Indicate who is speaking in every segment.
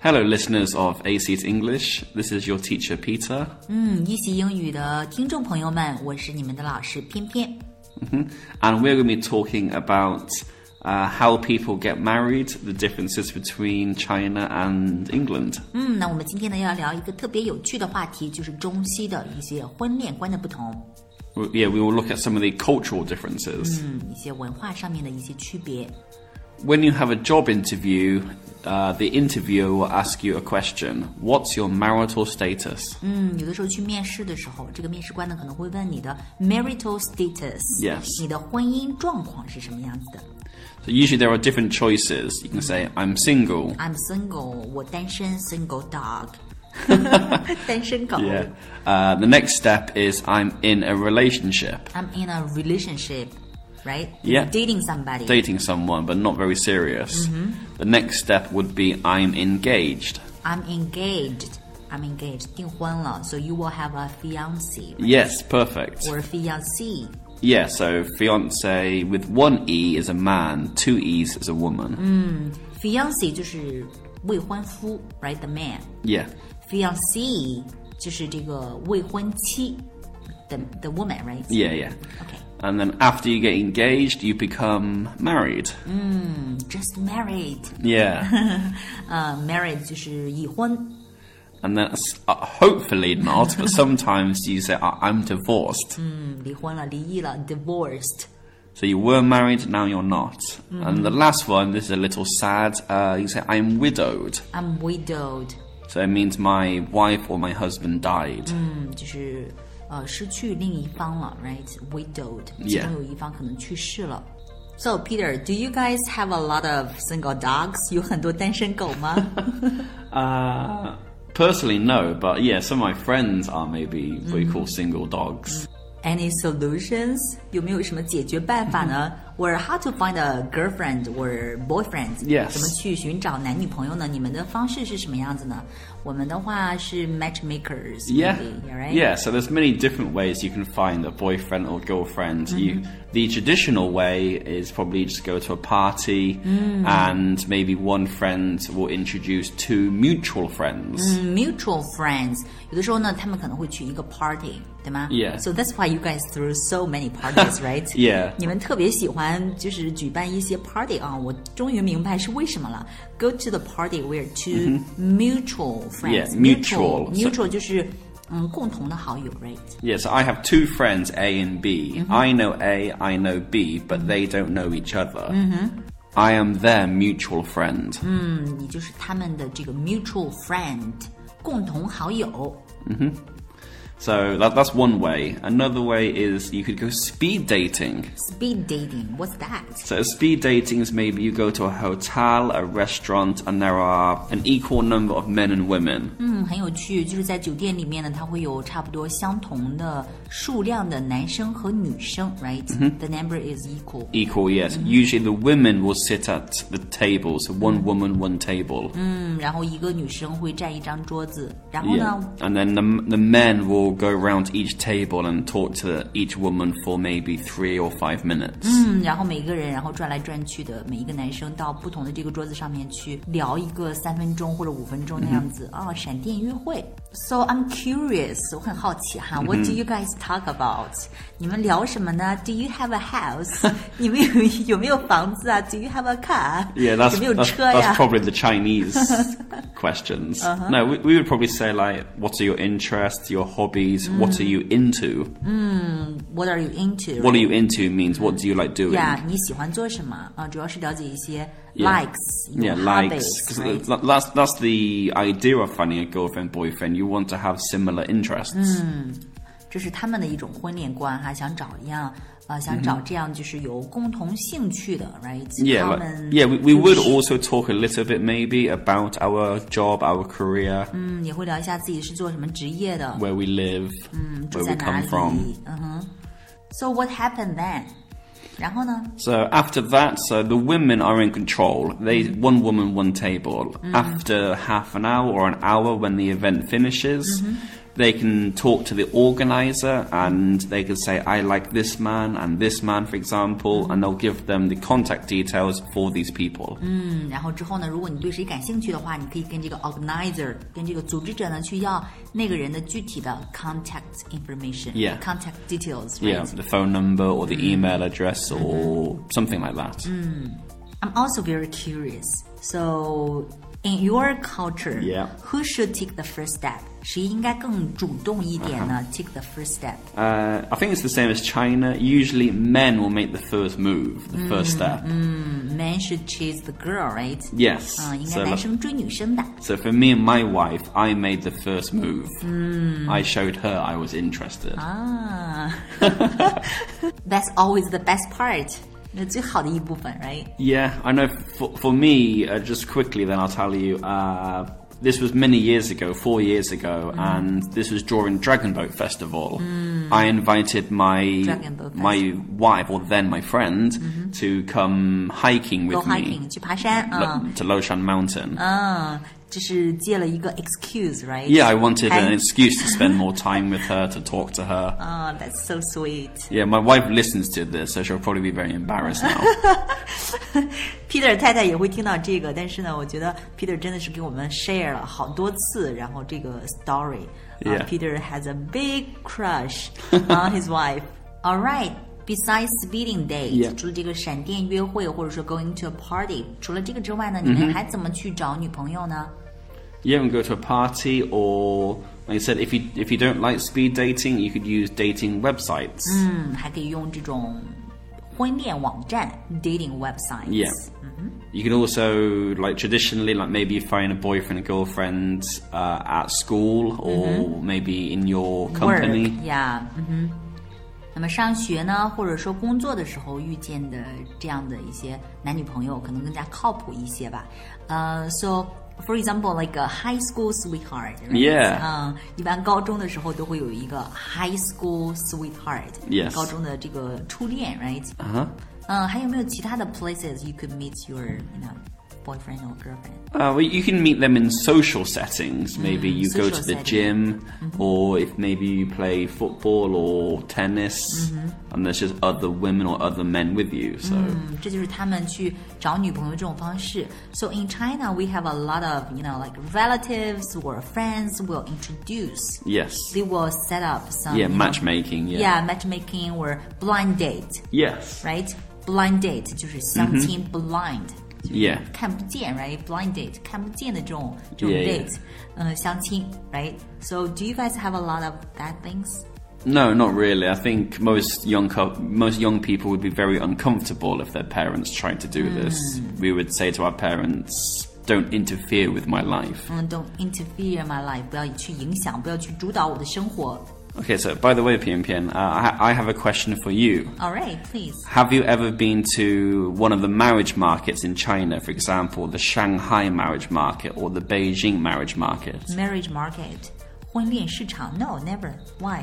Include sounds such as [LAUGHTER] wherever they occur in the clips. Speaker 1: Hello, listeners of AC's English. This is your teacher, Peter.
Speaker 2: 嗯，一席英语的听众朋友们，我是你们的老师偏偏。
Speaker 1: And we're going to be talking about uh, how people get married, the differences between China and England.
Speaker 2: 嗯，那我们今天呢要聊一个特别有趣的话题，就是中西的一些婚恋观的不同，
Speaker 1: We- Yeah, we will look at some of the cultural differences.
Speaker 2: 嗯，一些文化上面的一些区别。
Speaker 1: When you have a job interview, uh, the interviewer will ask you a question What's your marital status?
Speaker 2: 嗯，有的时候去面试的时候，这个面试官呢可能会问你的 marital status，、
Speaker 1: Yes
Speaker 2: 你的婚姻状况是什么样子的
Speaker 1: So, usually there are different choices. You can say, I'm single.
Speaker 2: ？I'm single，我单身，single
Speaker 1: [LAUGHS]
Speaker 2: dog，单身狗。
Speaker 1: Yeah. Uh, the next step is, I'm in a relationship.
Speaker 2: I'm in a relationship, right?
Speaker 1: Yeah.
Speaker 2: dating somebody.
Speaker 1: dating someone but not very serious. The next step would be I'm engaged.
Speaker 2: I'm engaged. I'm engaged. 订婚了，so you will have a fiance
Speaker 1: Yes, perfect.
Speaker 2: or fiancee.
Speaker 1: Yeah, so fiance with one E is a man, two E's is a woman.
Speaker 2: Fiancee 就是未婚夫，right? The man.
Speaker 1: Yeah.
Speaker 2: Fiancee 就是这个未婚妻，the the woman, right?
Speaker 1: Yeah, yeah.
Speaker 2: Okay.
Speaker 1: And then after you get engaged, you become married.
Speaker 2: Just married.
Speaker 1: Yeah.
Speaker 2: 呃、m a r r i e d 就是已婚。
Speaker 1: and that's uh, hopefully not, but sometimes you say, "I- I'm divorced.
Speaker 2: 嗯，离婚了，离异了，divorced。
Speaker 1: So you were married, now you're not. And the last one, this is a little sad. Uh, you say, I'm widowed.
Speaker 2: I'm widowed.
Speaker 1: So it means my wife or my husband died.
Speaker 2: 嗯，就是呃失去另一方了，right? Widowed，其
Speaker 1: Yeah.
Speaker 2: 中有一方可能去世了。So Peter, do you guys have a lot of single dogs? 有很多单身狗吗？
Speaker 1: [LAUGHS] Uh, personally, no, but yeah, some of my friends are maybe what you call
Speaker 2: Mm.
Speaker 1: single dogs.
Speaker 2: Any solutions? 有没有什么解决办法呢？Or
Speaker 1: Mm-hmm。
Speaker 2: how to find a girlfriend or boyfriend?
Speaker 1: Yes.
Speaker 2: 怎么去寻找男女朋友呢？你们的方式是什么样子呢？我们的话是 matchmakers.
Speaker 1: Yeah,
Speaker 2: maybe, right?
Speaker 1: yeah. So there's many different ways you can find a boyfriend or girlfriend. You,
Speaker 2: Mm-hmm.
Speaker 1: the traditional way is probably just go to a party,
Speaker 2: Mm.
Speaker 1: and maybe one friend will introduce two mutual
Speaker 2: Mm.
Speaker 1: friends.
Speaker 2: Mutual friends，有的时候呢，他们可能会去一个 party，对吗
Speaker 1: Yeah.
Speaker 2: So that's why you guys threw so
Speaker 1: [LAUGHS]
Speaker 2: many parties, right?
Speaker 1: Yeah.
Speaker 2: 你们特别喜欢就是举办一些 party 啊，我终于明白是为什么了。Go to the party where two mutual
Speaker 1: Mm-hmm。 Yeah,
Speaker 2: friends.
Speaker 1: mutual.
Speaker 2: mutual 就是嗯共同的好友，right?
Speaker 1: Yeah, so I have two friends, A and B. I know A, I know B, but they don't know each other. I am their mutual friend.
Speaker 2: 嗯，你就是他们的这个 mutual friend，共同好友。
Speaker 1: So that, that's one way. Another way is you could go speed dating.
Speaker 2: Speed dating, what's that?
Speaker 1: So speed dating is maybe you go to a hotel, a restaurant, and there are an equal number of men and women.
Speaker 2: 嗯，很有趣，就是在酒店里面呢，它会有差不多相同的数量的男生和女生，right？、The number is equal。
Speaker 1: Equal, yes. Usually the women will sit at the table, so one woman, one table.
Speaker 2: 嗯，然后一个女生会占一张桌子，然后呢
Speaker 1: And then the, the men will go around each table and talk to each woman for maybe three or five minutes.
Speaker 2: 嗯，然后每个人，然后转来转去的，每一个男生到不同的这个桌子上面去聊一个三分钟或者五分钟那样子啊、闪电约会。So I'm curious，我很好奇
Speaker 1: 嗯
Speaker 2: 哈、w h a t do you guys talk about？你们聊什么呢？Do you have a
Speaker 1: [LAUGHS]
Speaker 2: house？你们有 [LAUGHS] 有没有房子啊？Do you have a car？
Speaker 1: Yeah, Uh-huh. that's,
Speaker 2: 有没有
Speaker 1: that's,
Speaker 2: 车呀
Speaker 1: that's probably the [LAUGHS] Chinese questions. No, we, we would probably say, like, what are your interests, your hobbies, what are you into?
Speaker 2: What are you into？
Speaker 1: What are you into means what do you like doing?
Speaker 2: 呀你喜欢做什么啊？主要是了解一些
Speaker 1: Yeah.
Speaker 2: likes，
Speaker 1: Yeah,
Speaker 2: your
Speaker 1: likes.
Speaker 2: habits,
Speaker 1: Because
Speaker 2: right?
Speaker 1: that's, that's the idea of finding a girlfriend, boyfriend. You want to have similar interests.
Speaker 2: 这是他们的一种婚恋观哈，想找一样啊，
Speaker 1: 嗯
Speaker 2: 想找这样就是有共同兴趣的，right？
Speaker 1: Yeah,
Speaker 2: 他
Speaker 1: like,
Speaker 2: 们
Speaker 1: yeah. We, we would
Speaker 2: 就是
Speaker 1: also talk a little bit maybe about our job, our career,
Speaker 2: 嗯，也会聊一下自己是做什么职业的，
Speaker 1: where we live,
Speaker 2: 住
Speaker 1: where
Speaker 2: 在
Speaker 1: we
Speaker 2: 哪
Speaker 1: come
Speaker 2: 里
Speaker 1: from.，
Speaker 2: 嗯哼。So what happened then？然后呢？
Speaker 1: So after that, so the women are in control. They one woman, one table. After half an hour or an hour, when the event finishes, They can talk to the organizer and they can say, I like this man and this man, for example, and they'll give them the contact details for these people.
Speaker 2: 嗯，然后之后呢，如果你对谁感兴趣的话，你可以跟这个 organizer，跟这个组织者呢去要那个人的具体的 contact information、
Speaker 1: Yeah.
Speaker 2: contact details。
Speaker 1: Yeah,
Speaker 2: right?
Speaker 1: the phone number or the email address or something like that.
Speaker 2: I'm also very curious. So, in your culture,
Speaker 1: Yeah.
Speaker 2: who should take the first step? 谁应该更主动一点呢、t
Speaker 1: Uh-huh.
Speaker 2: a k e the first step.
Speaker 1: Uh, I think it's the same as China. Usually, men will make the first move, the first step.
Speaker 2: Man should chase the girl, right?
Speaker 1: Yes.
Speaker 2: 嗯，应
Speaker 1: So,
Speaker 2: 该男生追女生的。
Speaker 1: so for me and my wife, I made the first move.
Speaker 2: Hmm.
Speaker 1: I showed her I was interested.
Speaker 2: Ah. 啊，That's always the best part. 那最好的一部分，right?
Speaker 1: Yeah, I know. For, for me, uh, just quickly, then I'll tell you. Uh, this was many years ago, four years ago,
Speaker 2: Hmm.
Speaker 1: and this was during Dragon Boat Festival. I invited my
Speaker 2: Dragon Boat Mm-hmm.
Speaker 1: my wife, or then my friend, to come hiking with
Speaker 2: Go
Speaker 1: me
Speaker 2: hiking Ah. 去爬山
Speaker 1: lo-
Speaker 2: 啊，
Speaker 1: to Loshan Mountain.
Speaker 2: 嗯，这是借了一个 excuse, right?
Speaker 1: yeah, I wanted an
Speaker 2: Hi.
Speaker 1: excuse to
Speaker 2: [LAUGHS]
Speaker 1: spend more time with her, to talk to her.
Speaker 2: 啊，That's Uh, so sweet.
Speaker 1: Yeah, my wife listens to this, so she'll probably be very embarrassed now.
Speaker 2: Peter 太太也会听到这个，但是呢，我觉得 Peter 真的是给我们 share 了好多次，然后这个 story 啊
Speaker 1: Yeah.
Speaker 2: Peter has a big crush on his wife. All right. Besides speeding date，、
Speaker 1: Yeah.
Speaker 2: 除了这个闪电约会或者说 going to a party，除了这个之外呢，你
Speaker 1: Mm-hmm
Speaker 2: 们还怎么去找女朋友呢？
Speaker 1: you can go to a party or like I said if you if you don't like speed dating you could use dating websites
Speaker 2: 嗯，还可以用这种婚恋网站 dating websites。
Speaker 1: yeah you can also like traditionally like maybe you find a boyfriend and girlfriend uh, at school or maybe in your company
Speaker 2: work yeah，嗯哼。那么上学呢，或者说工作的时候遇见的这样的一些男女朋友，可能更加靠谱一些吧。呃、s o for example, like a high school sweetheart，right?
Speaker 1: Yeah.
Speaker 2: 嗯，一般高中的时候都会有一个 high school sweetheart，
Speaker 1: Yes.
Speaker 2: 高中的这个初恋，right？
Speaker 1: uh-huh.
Speaker 2: 嗯，还有没有其他的 places you could meet your you know boyfriend or girlfriend？
Speaker 1: Uh, well, you can meet them in social settings. Maybe you go to
Speaker 2: Mm, social
Speaker 1: the
Speaker 2: setting.
Speaker 1: gym,
Speaker 2: Mm-hmm.
Speaker 1: or if maybe you play football or tennis,
Speaker 2: Mm-hmm.
Speaker 1: and there's just other women or other men with you. So
Speaker 2: 嗯，这就是他们去找女朋友这种方式。So in China, we have a lot of you know like relatives or friends will introduce.
Speaker 1: yes,
Speaker 2: They will set up some
Speaker 1: yeah,
Speaker 2: you know,
Speaker 1: matchmaking. Yeah,
Speaker 2: yeah matchmaking or blind date,
Speaker 1: yes,
Speaker 2: right? Blind date 就是相亲
Speaker 1: Mm-hmm.
Speaker 2: blind，、
Speaker 1: yeah.
Speaker 2: 看不见，right? Blind date 看不见的这种这种
Speaker 1: Yeah, yeah.
Speaker 2: date，嗯、相亲，right? So do you guys have a lot of bad things?
Speaker 1: No, not really. I think most young cou- most young people would be very uncomfortable if their parents tried to do this.
Speaker 2: Mm.
Speaker 1: We would say to our parents, "Don't interfere with my life."
Speaker 2: 嗯，don't Mm, interfere in my life，不要去影响，不要去主导我的生活。
Speaker 1: Okay, so by the way, PMPN, uh, I, ha- I have a question for you.
Speaker 2: All right, please.
Speaker 1: Have you ever been to one of the marriage markets in China? For example, the Shanghai marriage market or the Beijing marriage market?
Speaker 2: marriage market 婚恋市场？No, never. Why?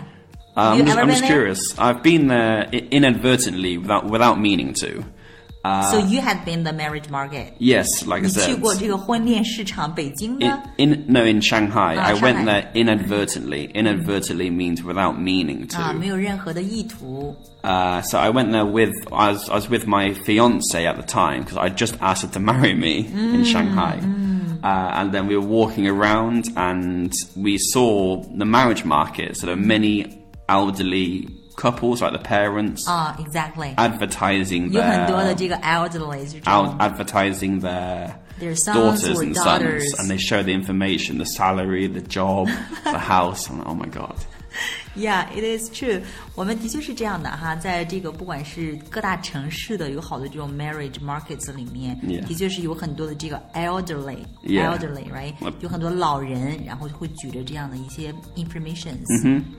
Speaker 1: Uh,
Speaker 2: You
Speaker 1: I'm just,
Speaker 2: ever
Speaker 1: I'm just
Speaker 2: been there?
Speaker 1: curious. I've been there i- inadvertently without without meaning to. Ah.
Speaker 2: so you have been the marriage market.
Speaker 1: Yes, like I
Speaker 2: 你去
Speaker 1: said.
Speaker 2: 过这个婚恋市场北京
Speaker 1: In,
Speaker 2: 呢？
Speaker 1: in no in Shanghai,
Speaker 2: Ah,
Speaker 1: I went
Speaker 2: Shanghai.
Speaker 1: there inadvertently. Inadvertently means without meaning
Speaker 2: 啊，Ah, 没
Speaker 1: to.
Speaker 2: 有任何的意图。
Speaker 1: Uh, so I went there with I was, I was with my fiance at the time because I just asked her to [LAUGHS] marry me in
Speaker 2: Mm,
Speaker 1: Shanghai. Uh, and then we were walking around and we saw the marriage market. So there were many elderly couples, like the parents,
Speaker 2: 啊、e x a c t l y
Speaker 1: advertising
Speaker 2: 有很多的
Speaker 1: their
Speaker 2: 这个 elderly 就这
Speaker 1: out
Speaker 2: 种
Speaker 1: advertising their
Speaker 2: Their sons
Speaker 1: daughters
Speaker 2: or
Speaker 1: and
Speaker 2: daughters.
Speaker 1: sons, and they show the information, the salary, the
Speaker 2: [LAUGHS]
Speaker 1: job, the house. I'm like, oh my god.
Speaker 2: Yeah, it is true. 我们的确是这样的哈，在这个不管是各大城市的有好多这种 marriage markets 里面
Speaker 1: Yeah.
Speaker 2: 的确是有很多的这个 elderly
Speaker 1: Yeah.
Speaker 2: elderly right，
Speaker 1: Yep.
Speaker 2: 有很多老人，然后会举着这样的一些 informations，、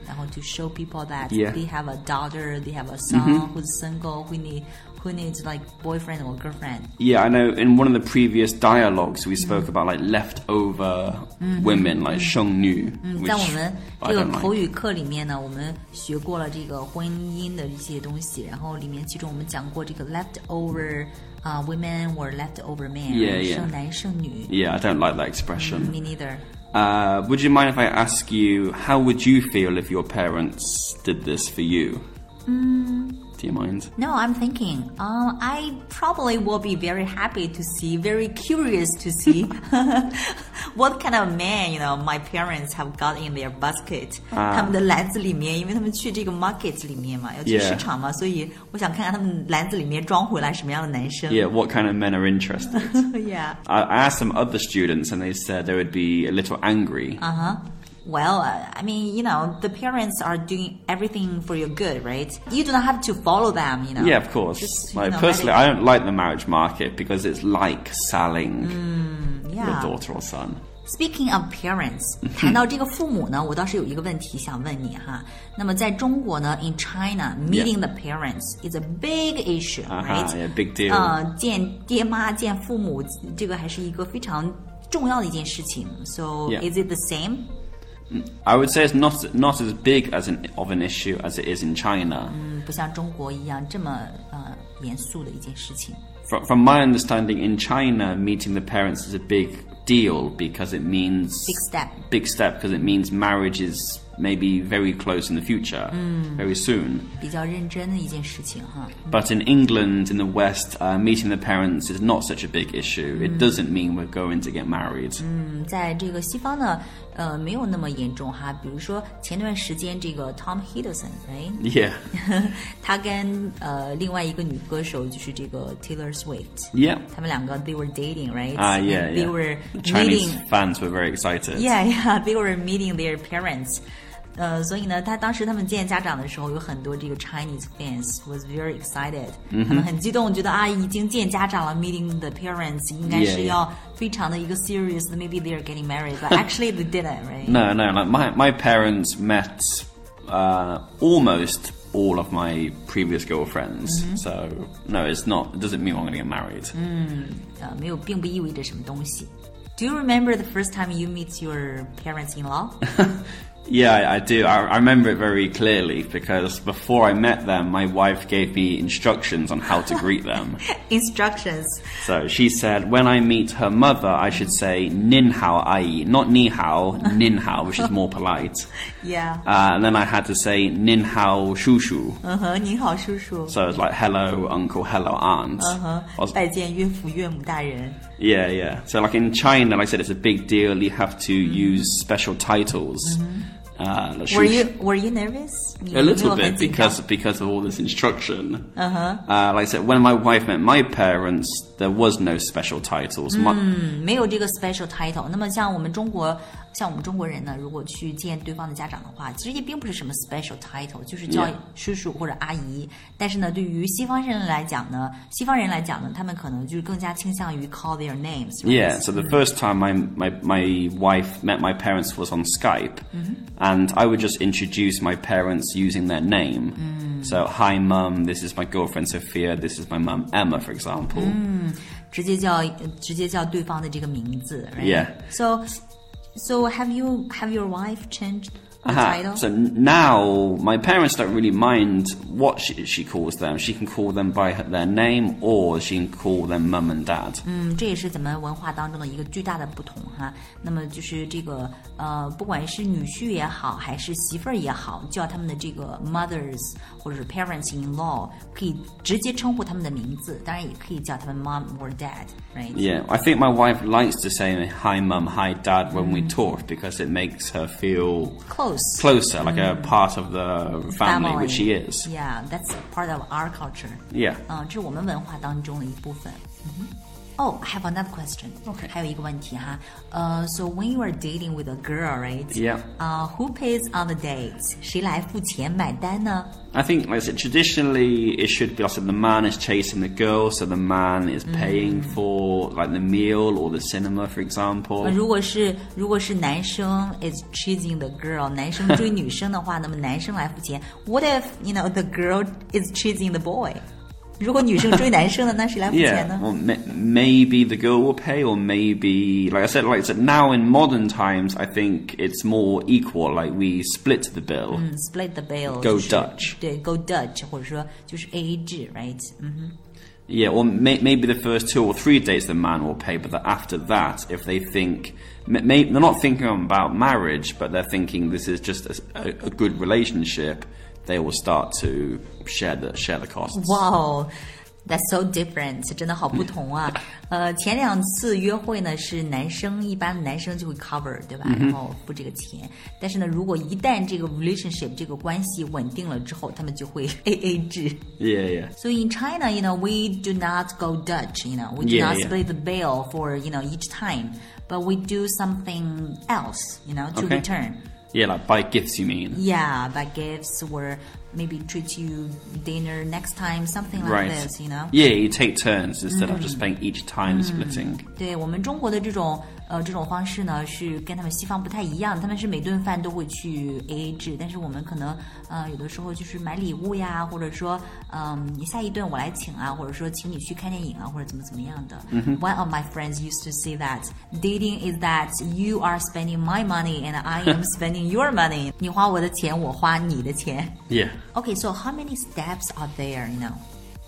Speaker 2: 然后 to show people that
Speaker 1: Mm-hmm。 Yeah. Mm-hmm。
Speaker 2: they have a daughter, they have a son who's single, who need who needs like boyfriend or girlfriend.
Speaker 1: Yeah, I know. In one of the previous dialogues, we spoke
Speaker 2: Mm.
Speaker 1: about like leftover
Speaker 2: Mm-hmm.
Speaker 1: women, like Sheng Nu,
Speaker 2: 在
Speaker 1: which
Speaker 2: 我们
Speaker 1: I
Speaker 2: 这个
Speaker 1: don't
Speaker 2: 口
Speaker 1: like.
Speaker 2: 语课里面呢，我们学过了这个婚姻的一些东西，然后里面其中我们讲过这个 leftover 啊、women or leftover men，
Speaker 1: Yeah, yeah.
Speaker 2: 剩男剩女。
Speaker 1: Yeah, I don't like that expression.
Speaker 2: Me neither.
Speaker 1: Uh, would you mind if I ask you how would you feel if your parents did this for you?
Speaker 2: Mm.
Speaker 1: Do you mind?
Speaker 2: No, I'm thinking. Um, I probably will be very happy to see, very curious to see [LAUGHS] what kind of man you know my parents have got in their basket、他
Speaker 1: Ah
Speaker 2: 们的篮子里面，因为他们去这个 market 里面嘛，要去
Speaker 1: Yeah.
Speaker 2: 市场嘛所以我想看看他们篮子里面装回来什么样的男生。
Speaker 1: Yeah, what kind of men are interested?
Speaker 2: [LAUGHS] yeah.
Speaker 1: I I asked some other students and they said they would be a little angry.
Speaker 2: Uh huh. Well, uh, I mean, you know, the parents are doing everything for your good, right? You do not have to follow them, you know.
Speaker 1: yeah, of course.
Speaker 2: Just, you
Speaker 1: like
Speaker 2: know,
Speaker 1: personally,
Speaker 2: letting-
Speaker 1: I don't like the marriage market because it's like selling your
Speaker 2: Mm. Yeah.
Speaker 1: daughter or son.
Speaker 2: Speaking
Speaker 1: [LAUGHS]
Speaker 2: of parents，谈到这个父母呢，我倒是有一个问题想问你哈。那么在中国呢，in China，meeting the parents is a big
Speaker 1: Uh
Speaker 2: issue，right？
Speaker 1: huh. Yeah, big deal.
Speaker 2: 呃，见爹妈、见父母，这个还是一个非常重要的一件事情。So
Speaker 1: Yeah.
Speaker 2: is it the same？
Speaker 1: I would say it's not not as big as an of an issue as it is in China.
Speaker 2: 嗯，不像中国一样这么呃严肃的一件事情。
Speaker 1: From, from my understanding, in China, meeting the parents is a big deal because it means
Speaker 2: Big step.
Speaker 1: Big step because it means marriage is maybe very close in the future,
Speaker 2: Mm.
Speaker 1: very soon.
Speaker 2: 比较认真的一件事情哈。
Speaker 1: But in England, in the West, uh, meeting the parents is not such a big issue.
Speaker 2: Mm.
Speaker 1: It doesn't mean we're going to get married.
Speaker 2: 嗯，在这个西方呢，呃，没有那么严重哈。比如说前段时间这个 Tom Hiddleston，right？ [LAUGHS]
Speaker 1: Yeah,
Speaker 2: 他跟呃另外一个女歌手就是这个 Taylor Swift，
Speaker 1: yeah.
Speaker 2: 他们两个 they were dating right？
Speaker 1: Ah, yeah,
Speaker 2: And they
Speaker 1: yeah.
Speaker 2: were
Speaker 1: Chinese
Speaker 2: meeting
Speaker 1: fans were very excited.
Speaker 2: yeah [LAUGHS] yeah they were meeting their parents。呃，所以呢，他当时他们见家长的时候，有很多这个 Chinese fans was very excited，、他们很激动，觉得啊，已经见家长了，meeting the parents 应该
Speaker 1: Yeah,
Speaker 2: 是
Speaker 1: yeah.
Speaker 2: 要非常的一个 serious，maybe they are getting
Speaker 1: [LAUGHS]
Speaker 2: married，but actually they didn't，right？
Speaker 1: No, no. Like my my parents met uh, almost all of my previous girlfriends. So no, it's not. It doesn't mean I'm going to get married.
Speaker 2: 呃，没有，并不意味着什么东西。Do you remember the first time you meet your
Speaker 1: [LAUGHS]
Speaker 2: parents-in-law？
Speaker 1: Yeah, I, I do. I, I remember it very clearly because before I met them, my wife gave me instructions on how to greet them.
Speaker 2: Instructions.
Speaker 1: So she said, when I meet her mother, I should say "nin hao ai," not "ni hao," "nin hao," which is more polite.
Speaker 2: Yeah.
Speaker 1: Uh, and then I had to say "nin hao shu shu."
Speaker 2: 嗯哼，Uh-huh. 您好，叔叔。
Speaker 1: So it's like "hello uncle," "hello aunt."
Speaker 2: 嗯
Speaker 1: I
Speaker 2: 哼，
Speaker 1: was-
Speaker 2: 拜见岳父岳母大人。
Speaker 1: Yeah, yeah. So, like in China, like I said, it's a big deal. You have to use special titles. Uh, like
Speaker 2: Mm-hmm. Were
Speaker 1: shush-
Speaker 2: you Were you nervous? 你
Speaker 1: a
Speaker 2: 有没
Speaker 1: little
Speaker 2: 有很
Speaker 1: bit
Speaker 2: 紧张
Speaker 1: because because of all this instruction. Uh-huh. Like I said, when my wife met my parents, there was no special titles. My,
Speaker 2: 嗯没有这个 special title。那么像我们中国，像我们中国人呢，如果去见对方的家长的话，其实也并不是什么 special title，就是叫
Speaker 1: Yeah.
Speaker 2: 叔叔或者阿姨。但是呢，对于西方人来讲呢，西方人来讲呢，他们可能就是更加倾向于 call their names。
Speaker 1: yeah. So the first time my, my my wife met my parents was on Skype,
Speaker 2: Mm-hmm.
Speaker 1: and I would just introduce my parents using their name.
Speaker 2: Mm.
Speaker 1: So, hi, mum. This is my girlfriend Sophia. This is my mum Emma, for example.
Speaker 2: 直接叫呃直接叫对方的这个名字。right?
Speaker 1: Yeah.
Speaker 2: So, so have you have your wife changed the
Speaker 1: Uh-huh.
Speaker 2: title?
Speaker 1: So n- now my parents don't really mind what she, she calls them. She can call them by her, their name, or she can call them mum and dad.
Speaker 2: 嗯，这也是咱们文化当中的一个巨大的不同哈。那么就是这个呃，不管是女婿也好，还是媳妇儿也好，叫他们的这个 mothers 或者是 parents in law，可以直接称呼他们的名字，当然也可以叫他们 mom or dad，right？
Speaker 1: Yeah, I think my wife likes to say hi mum, hi dad when we talk because it makes her feel
Speaker 2: Close.
Speaker 1: closer, like a part of the family, which she is.
Speaker 2: Yeah, that's part of our culture.
Speaker 1: Yeah.
Speaker 2: 嗯，这是我们文化当中的一部分。哦、h I have another question.
Speaker 1: Okay.
Speaker 2: 还有一个问题哈，呃、s o when you are dating with a girl, right?
Speaker 1: Yeah.
Speaker 2: 啊、who pays on the date? 谁来付钱买单呢？
Speaker 1: I think, like I said, traditionally it should be like I said, the man is chasing the girl, so the man is paying for like the meal or the cinema, for example.
Speaker 2: 呃如果是如果是男生 is chasing the girl，男生
Speaker 1: [LAUGHS]
Speaker 2: 追女生的话，那么男生来付钱。What if you know the girl is chasing the boy？如果女生追男生的，那谁来付钱
Speaker 1: Yeah,
Speaker 2: 呢
Speaker 1: well, ma maybe the girl will pay, or maybe, like I said, like I said, now in modern times, I think it's more equal. Like we split the bill.
Speaker 2: 嗯 split the bill，
Speaker 1: Go
Speaker 2: 就是
Speaker 1: Dutch
Speaker 2: 对，go Dutch，或者说就是 A A 制，right？嗯哼。
Speaker 1: Yeah, or may, maybe the first two or three dates the man will pay, but that after that, if they think, may, may, they're not thinking about marriage, but they're thinking this is just a, a, a good relationship, they will start to share the share the costs.
Speaker 2: Wow, that's so different，真的好不同啊。呃，前两次约会呢是男生，一般男生就会 cover，对吧？然后付这个钱。但是呢，如果一旦这个 relationship 这个关系稳定了之后，他们就会 [LAUGHS] A A 制。
Speaker 1: Yeah, yeah.
Speaker 2: So in China, you know, we do not go Dutch, you know, we do
Speaker 1: Yeah,
Speaker 2: not
Speaker 1: yeah.
Speaker 2: split the bill for, you know, each time, but we do something else, you know, to
Speaker 1: Okay.
Speaker 2: return.
Speaker 1: Yeah, like buy gifts, you mean?
Speaker 2: Yeah, by gifts or maybe treat you dinner next time, something like
Speaker 1: Right.
Speaker 2: this, you know.
Speaker 1: Yeah, you take turns instead
Speaker 2: Mm.
Speaker 1: of just paying each time splitting.
Speaker 2: 对我们中国的这种呃这种方式呢，是跟他们西方不太一样。他们是每顿饭都会去 A A 制，但是我们可能呃有的时候就是买礼物呀，或者说嗯、你下一顿我来请啊，或者说请你去看电影啊，或者怎么怎么样的。One of my friends used to say that dating is that you are spending my money and I am spending your money。你 [LAUGHS] 花我的钱，我花你的钱。
Speaker 1: Yeah.
Speaker 2: Okay, so how many steps are there, you know,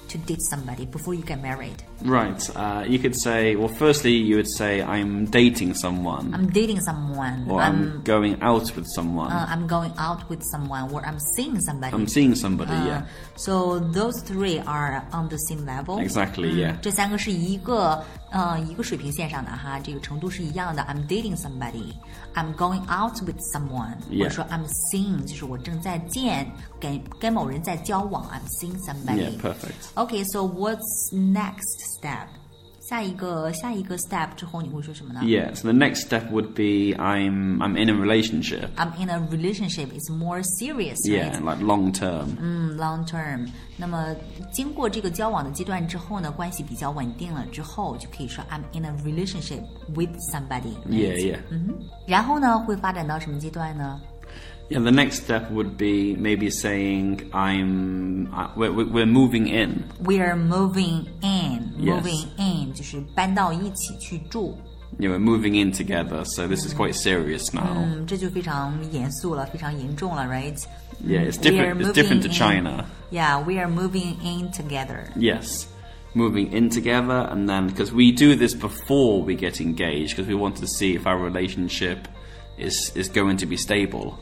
Speaker 2: to date somebody before you get married?
Speaker 1: Right. Uh, you could say, well, firstly, you would say, I'm dating someone,
Speaker 2: I'm dating someone.
Speaker 1: or I'm,
Speaker 2: I'm
Speaker 1: going out with someone,
Speaker 2: uh, I'm going out with someone or I'm seeing somebody.
Speaker 1: I'm seeing somebody,
Speaker 2: Uh,
Speaker 1: yeah.
Speaker 2: So those three are on the same level. Mm.
Speaker 1: Exactly, yeah.
Speaker 2: 这三个是一个呃一个水平线上的哈，这个程度是一样的。I'm dating somebody, I'm going out with someone，、
Speaker 1: Yeah.
Speaker 2: 或者说 I'm seeing，就是我正在见跟跟某人在交往。I'm seeing somebody.
Speaker 1: Yeah, perfect.
Speaker 2: Okay, so what's next step? 下一个下一个 step 之后你会说什么呢
Speaker 1: Yeah, so the next step would be I'm I'm in a relationship.
Speaker 2: I'm in a relationship. It's more serious. right?
Speaker 1: Yeah,
Speaker 2: Mm.
Speaker 1: like long term.
Speaker 2: 嗯，long term。那么经过这个交往的阶段之后呢，关系比较稳定了之后，就可以说 I'm in a relationship with somebody。嗯
Speaker 1: Yeah, yeah.
Speaker 2: 然后呢，会发展到什么阶段呢？
Speaker 1: Yeah, the next step would be maybe saying I'm I, we're, we're we're moving in.
Speaker 2: We are moving in,
Speaker 1: Yes.
Speaker 2: moving in 就是搬到一起去住。
Speaker 1: You know, we're moving in together. So this
Speaker 2: Mm.
Speaker 1: is quite serious now.
Speaker 2: 嗯，这就非常严肃了，非常严重了，right？
Speaker 1: Yeah, it's
Speaker 2: We are
Speaker 1: different. It's different to
Speaker 2: moving in.
Speaker 1: China.
Speaker 2: Yeah, we are moving in together.
Speaker 1: Yes, moving in together, and then because we do this before we get engaged, because we want to see if our relationship is is going to be stable.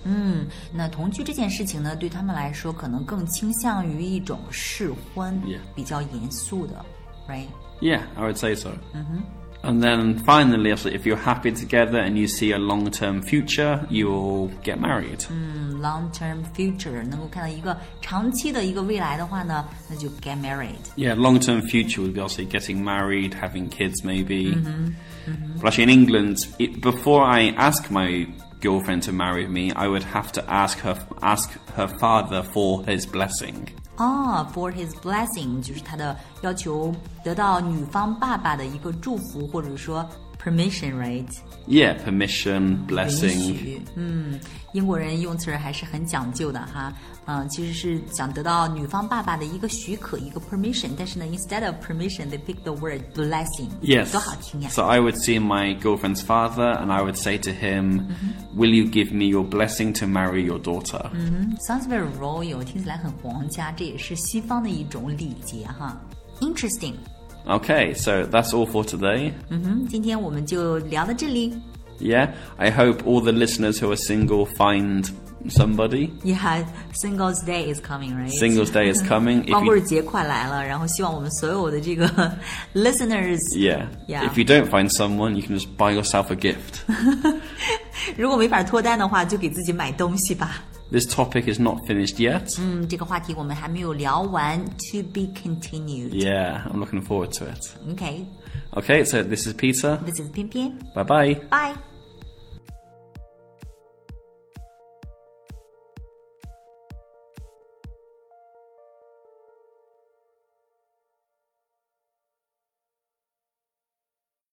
Speaker 2: 那同居这件事情呢，对他们来说可能更倾向于一种试婚
Speaker 1: Yeah.
Speaker 2: 比较严肃的，right？
Speaker 1: Yeah, I would say so. And then finally, if if you're happy together and you see a long term future, you'll get married.
Speaker 2: 嗯 long term future，能够看到一个长期的一个未来的话呢，那就 get married。
Speaker 1: Yeah, long term future would be obviously getting married, having kids, maybe. But actually, in England, it, before I ask my girlfriend to marry me, I would have to ask her ask her father for his blessing.
Speaker 2: 啊、f o r his blessing，就是他的要求得到女方爸爸的一个祝福，或者说 permission，right？
Speaker 1: Yeah, permission,
Speaker 2: 允
Speaker 1: blessing.
Speaker 2: 许。嗯，英国人用词儿还是很讲究的哈。嗯、其实是想得到女方爸爸的一个许可，一个 permission。但是呢，instead of permission，they pick the word blessing。
Speaker 1: Yes.
Speaker 2: 多好听呀！
Speaker 1: So I would see my girlfriend's father and I would say to him, Will you give me your blessing to marry your daughter?
Speaker 2: Sounds very royal，听起来很皇家，这也是西方的一种礼节哈。Interesting，
Speaker 1: Okay, so that's all for today.
Speaker 2: 嗯哼，今天我们就聊到这里。
Speaker 1: Yeah, I hope all the listeners who are single find somebody.
Speaker 2: Yeah，Singles Day is coming，right？
Speaker 1: Singles Day [LAUGHS] is coming. If
Speaker 2: 光棍
Speaker 1: you,
Speaker 2: 节快来了，然后希望我们所有的这个 [LAUGHS] listeners，
Speaker 1: yeah.
Speaker 2: Yeah.
Speaker 1: If you don't find someone, you can just buy yourself a [LAUGHS] gift.
Speaker 2: 如果没法脱单的话，就给自己买东西吧。
Speaker 1: this topic is not finished yet.
Speaker 2: 嗯，这个话题我们还没有聊完，to be continued。
Speaker 1: Yeah, I'm looking forward to it.
Speaker 2: OK，
Speaker 1: Okay, so this is Peter.
Speaker 2: this is 偏偏
Speaker 1: Bye bye.
Speaker 2: ，bye。